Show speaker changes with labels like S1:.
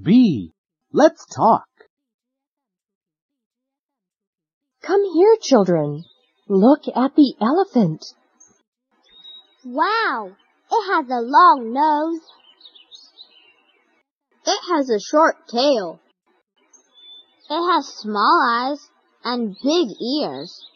S1: B. Let's talk.
S2: Come here, children. Look at the elephant.
S3: Wow, it has a long nose.
S4: It has a short tail.
S3: It has small eyes and big ears.